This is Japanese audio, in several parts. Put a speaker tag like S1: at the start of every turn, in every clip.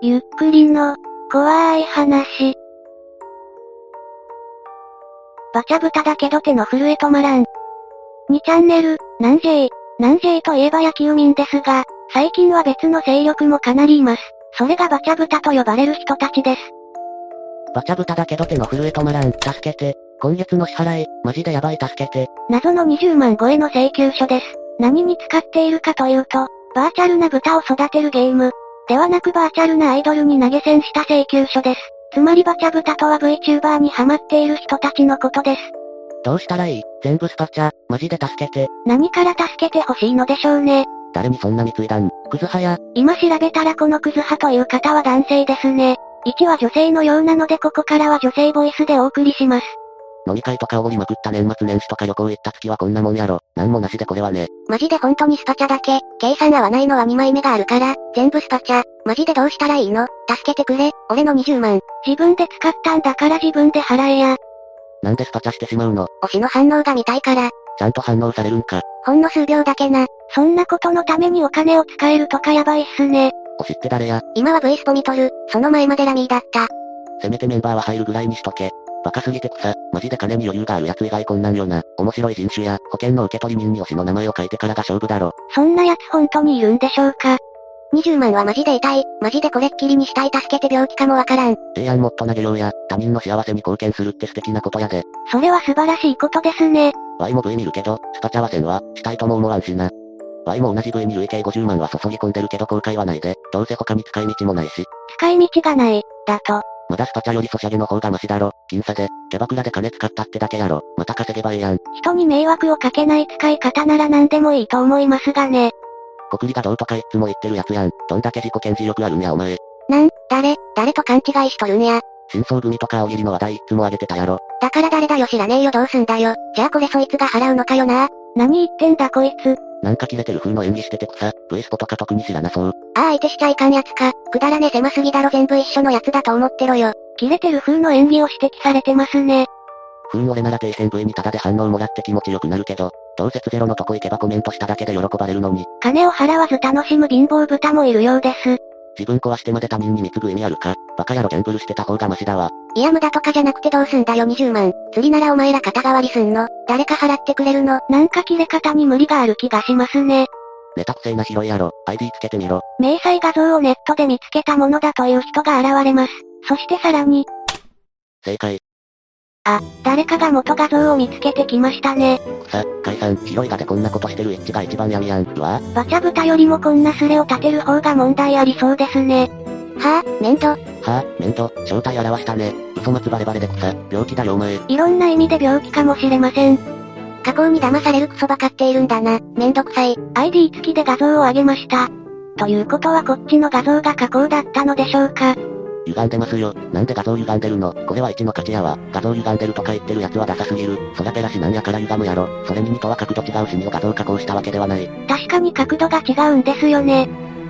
S1: ゆっくりの、怖い話。バチャ豚だけど手の震え止まらん。2チャンネル、南 J。南 J といえば野球民ですが、最近は別の勢力もかなりいます。それがバチャ豚と呼ばれる人たちです。
S2: バチャ豚だけど手の震え止まらん。助けて。今月の支払い、マジでやばい助けて。
S1: 謎の20万超えの請求書です。何に使っているかというと、バーチャルな豚を育てるゲーム、ではなくバーチャルなアイドルに投げ銭した請求書です。つまりバチャ豚とは VTuber にハマっている人たちのことです。
S2: どうしたらいい全部スパチャ。マジで助けて。
S1: 何から助けてほしいのでしょうね。
S2: 誰にそんな貢いだんクズはや。
S1: 今調べたらこのクズ派という方は男性ですね。1は女性のようなのでここからは女性ボイスでお送りします。
S2: 飲み会とかおごりまくった年末年始とか旅行行った月はこんなもんやろ。なんもなしでこれはね。
S1: マジで本当にスパチャだけ。計算合わないのは2枚目があるから、全部スパチャ。マジでどうしたらいいの助けてくれ、俺の20万。自分で使ったんだから自分で払えや。
S2: なんでスパチャしてしまうの
S1: 推しの反応が見たいから、
S2: ちゃんと反応されるんか。
S1: ほんの数秒だけな。そんなことのためにお金を使えるとかやばいっすね。
S2: 推しって誰や
S1: 今は V スポ見とる、その前までラミーだった。
S2: せめてメンバーは入るぐらいにしとけ。バカすぎて草、マジで金に余裕があるやつ以外こんなんよな。面白い人種や、保険の受取人に推しの名前を書いてからが勝負だろ。
S1: そんな奴本当にいるんでしょうか ?20 万はマジで痛い。マジでこれっきりにしたい助けて病気かもわからん。
S2: ええやんもっと投げようや、他人の幸せに貢献するって素敵なことやで。
S1: それは素晴らしいことですね。
S2: Y も V 見るけど、スパチャはせんわ、したいとも思わんしな。Y も同じ V に累計50万は注ぎ込んでるけど後悔はないで、どうせ他に使い道もないし。
S1: 使い道がない、だと。
S2: まだスパチャよりソシャゲの方がマシだろ。僅差で、手袋で金使ったってだけやろ。また稼げばええやん。
S1: 人に迷惑をかけない使い方なら何でもいいと思いますがね。
S2: 国利がどうとかいっつも言ってるやつやん。どんだけ自己顕示力あるんやお前。
S1: なん、誰、誰と勘違いしとるんや。
S2: 真相組とか青切りの話題いっつも上げてたやろ。
S1: だから誰だよ知らねえよどうすんだよ。じゃあこれそいつが払うのかよな。何言ってんだこいつ。
S2: なんか切れてる風の演技してて草、V スポとか特に知らなそう。
S1: ああ相手しちゃいかんやつか。くだらねえ狭すぎだろ全部一緒のやつだと思ってろよ。切れてる風の演技を指摘されてますね。
S2: 風俺なら底辺 V にタダで反応もらって気持ちよくなるけど、どうせゼロのとこ行けばコメントしただけで喜ばれるのに、
S1: 金を払わず楽しむ貧乏豚もいるようです。
S2: 自分壊してまで他人に貢ぐ意味あるか、バカ野郎ギャンブルしてた方がマシだわ。
S1: いや無駄とかじゃなくてどうすんだよ20万。釣りならお前ら肩代わりすんの。誰か払ってくれるの。なんか切れ方に無理がある気がしますね。
S2: ネタくせえな広いやろ、ID つけてみろ。
S1: 明細画像をネットで見つけたものだという人が現れます。そしてさらに、
S2: 正解。
S1: 誰かが元画像を見つけてきましたね。
S2: 草、解散、広いがでこんなことしてる一致が一番闇やん。うわ
S1: バチャ豚よりもこんなスレを立てる方が問題ありそうですね。はぁ、面倒。
S2: はぁ、面倒、正体表したね。嘘松バレバレで草、病気だよお前。
S1: いろんな意味で病気かもしれません。加工に騙されるクソバカっているんだな。めんどくさい。ID 付きで画像を上げました。ということはこっちの画像が加工だったのでしょうか。
S2: 歪んでますよ。なんで画像歪んでるのこれは1の勝ちやわ。画像歪んでるとか言ってる奴はダサすぎる。そらペラしなんやから歪むやろ。それに2とは角度違うし2を画像加工したわけではない。
S1: 確かに角度が違うんですよね。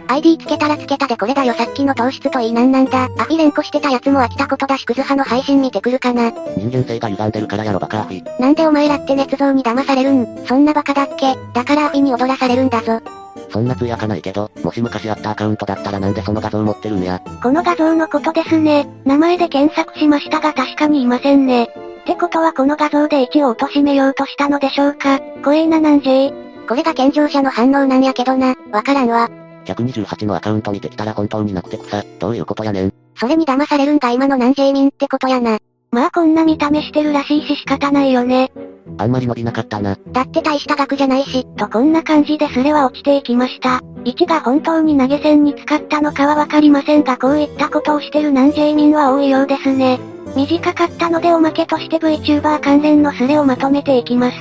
S1: ID つけたらつけたでこれだよさっきの糖質といいなんなんだ。アフィ連呼してたやつも飽きたことだしクズ派の配信見てくるかな。
S2: 人間性が歪んでるからやろバカアフィ。
S1: なんでお前らって捏造に騙されるんそんなバカだっけだからアフィに踊らされるんだぞ。
S2: そんなつやかないけど、もし昔あったアカウントだったらなんでその画像持ってるんや。
S1: この画像のことですね。名前で検索しましたが確かにいませんね。ってことはこの画像で位置を貶めようとしたのでしょうか。怖えななんじー。これが健常者の反応なんやけどな。わからんわ。
S2: 128のアカウント見てきたら本当になくて草、どういうことやねん。
S1: それに騙されるんが今の南イミンってことやな。まあこんな見た目してるらしいし仕方ないよね。
S2: あんまり伸びなかったな。
S1: だって大した額じゃないし。とこんな感じですれは落ちていきました。1が本当に投げ銭に使ったのかはわかりませんがこういったことをしてる南ジェイミンは多いようですね。短かったのでおまけとして VTuber 関連のスレをまとめていきます。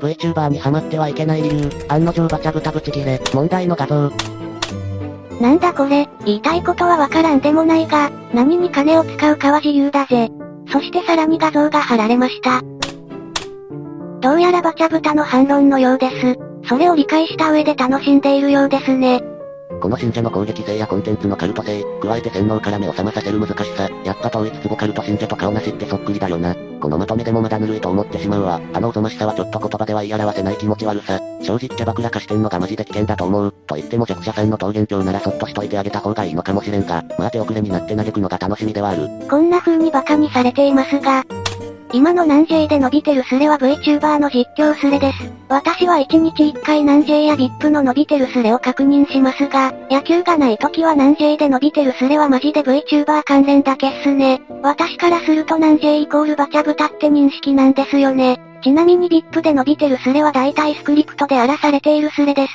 S2: VTuber にハマってはいけない理由、案の定バチャブタブチ切れ、問題の画像。
S1: なんだこれ、言いたいことはわからんでもないが、何に金を使うかは自由だぜ。そしてさらに画像が貼られました。どうやらバチャブタの反論のようです。それを理解した上で楽しんでいるようですね。
S2: この信者の攻撃性やコンテンツのカルト性、加えて洗脳から目を覚まさせる難しさ、やっぱ統一壺カルト信者と顔なしってそっくりだよな。このまとめでもまだぬるいと思ってしまうわ。あのおぞましさはちょっと言葉では言い表せない気持ち悪さ。正直キャバクラ化してんのがマジで危険だと思う。と言っても弱者さんの桃源郷ならそっとしといてあげた方がいいのかもしれんが、まあ手遅れになって嘆くのが楽しみではある。
S1: こんな風にバカにされていますが、今の南 J で伸びてるスレは VTuber の実況スレです。私は1日1回南 J や VIP の伸びてるスレを確認しますが、野球がない時は南 J で伸びてるスレはマジで VTuber 関連だけっすね。私からすると南 J イコールバチャブタって認識なんですよね。ちなみに VIP で伸びてるスレは大体スクリプトで荒らされているスレです。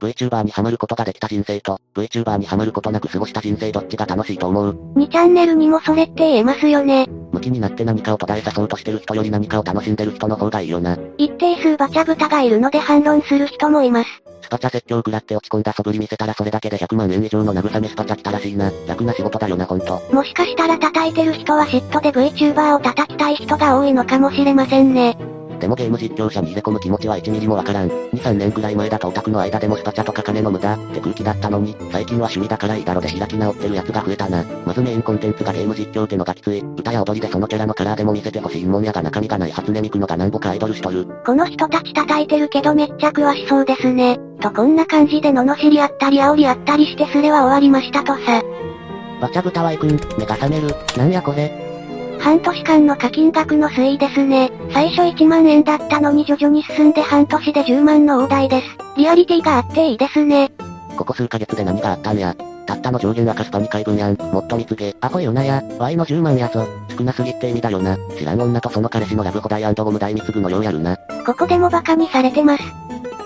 S2: VTuber にハマることができた人生と、VTuber にハマることなく過ごした人生どっちが楽しいと思う
S1: 2チャンネルにもそれって言えますよね。
S2: 向きになって何かを途絶えさそうとしてる人より何かを楽しんでる人の方がいいよな。
S1: 一定数バチャブタがいるので反論する人もいます。
S2: スパチャ説教食らって落ち込んだ素振り見せたらそれだけで100万円以上の慰めスパチャ来たらしいな。楽な仕事だよなほんと。
S1: もしかしたら叩いてる人は嫉妬で VTuber を叩きたい人が多いのかもしれませんね。
S2: でもゲーム実況者に入れ込む気持ちは1ミリもわからん。2、3年くらい前だとオタクの間でもスパチャとか金の無駄って空気だったのに、最近は趣味だからいいだろで開き直ってるやつが増えたな。まずメインコンテンツがゲーム実況ってのがきつい。歌や踊りでそのキャラのカラーでも見せてほしいもんやが中身がない初音ミクのがなんぼかアイドルしとる。
S1: この人たち叩いてるけどめっちゃ詳しそうですね。とこんな感じで罵りあったり煽りあったりしてすれは終わりましたとさ。
S2: バチャブタワイくん、目が覚める。なんやこれ。
S1: 半年間の課金額の推移ですね。最初1万円だったのに徐々に進んで半年で10万の大台です。リアリティがあっていいですね。
S2: ここ数ヶ月で何があったんや。たったの上限赤スパ2回分やん。もっと見つけ。アホよなや。Y の10万やぞ。少なすぎって意味だよな。知らん女とその彼氏のラブホ代ゴム代貢ぐのようやるな。
S1: ここでもバカにされてます。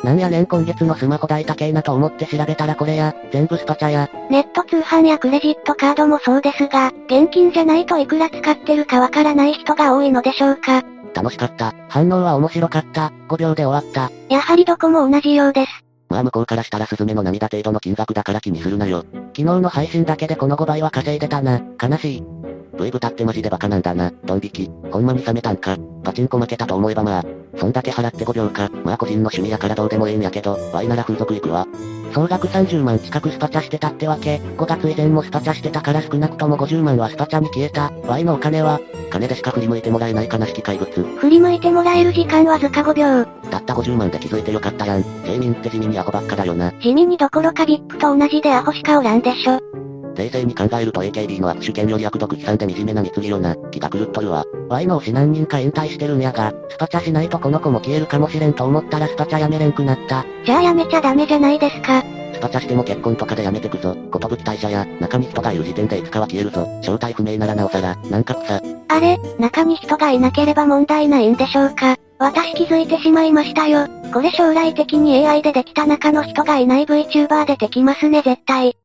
S2: なんやねん今月のスマホ代高えなと思って調べたらこれや。全部スパチャや。
S1: ネット通販やクレジットカードもそうですが、現金じゃないといくら使ってるかわからない人が多いのでしょうか。
S2: 楽しかった。反応は面白かった。5秒で終わった。
S1: やはりどこも同じようです。
S2: まあ向こうからしたらスズメの涙程度の金額だから気にするなよ。昨日の配信だけでこの5倍は稼いでたな。悲しい。V 豚ってマジでバカなんだな。ドン引き。ほんまに冷めたんか。パチンコ負けたと思えばまあ。そんだけ払って5秒か。まあ個人の趣味やからどうでもええんやけど、Y なら風俗行くわ。総額30万近くスパチャしてたってわけ。5月以前もスパチャしてたから少なくとも50万はスパチャに消えた。Y のお金は、金でしか振り向いてもらえない悲しき怪物。
S1: 振り向いてもらえる時間わずか5秒。
S2: たった50万で気づいてよかったやん。芸人って地味にアホばっかだよな。
S1: 地味にどころかビップと同じでアホしかおらんでしょ。
S2: 冷静に考えると AKB の握手券より悪毒悲惨で惨めな貢ぎよな、気が狂っとるわ。Y の推し何人か引退してるんやが、スパチャしないとこの子も消えるかもしれんと思ったらスパチャやめれんくなった。
S1: じゃあやめちゃダメじゃないですか。
S2: スパチャしても結婚とかでやめてくぞ。ことぶき退社や、中に人がいる時点でいつかは消えるぞ。正体不明ならなおさら、なんか草。
S1: あれ、中に人がいなければ問題ないんでしょうか。私気づいてしまいましたよ。これ将来的に AI でできた中の人がいない VTuber 出てきますね絶対。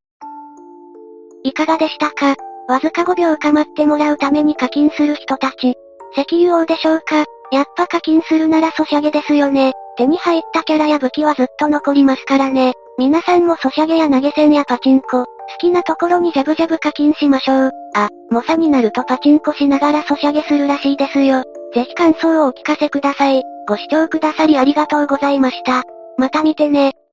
S1: いかがでしたかわずか5秒かまってもらうために課金する人たち。石油王でしょうかやっぱ課金するならソシャゲですよね。手に入ったキャラや武器はずっと残りますからね。皆さんもソシャゲや投げ銭やパチンコ、好きなところにジャブジャブ課金しましょう。あ、猛者になるとパチンコしながらソシャゲするらしいですよ。ぜひ感想をお聞かせください。ご視聴くださりありがとうございました。また見てね。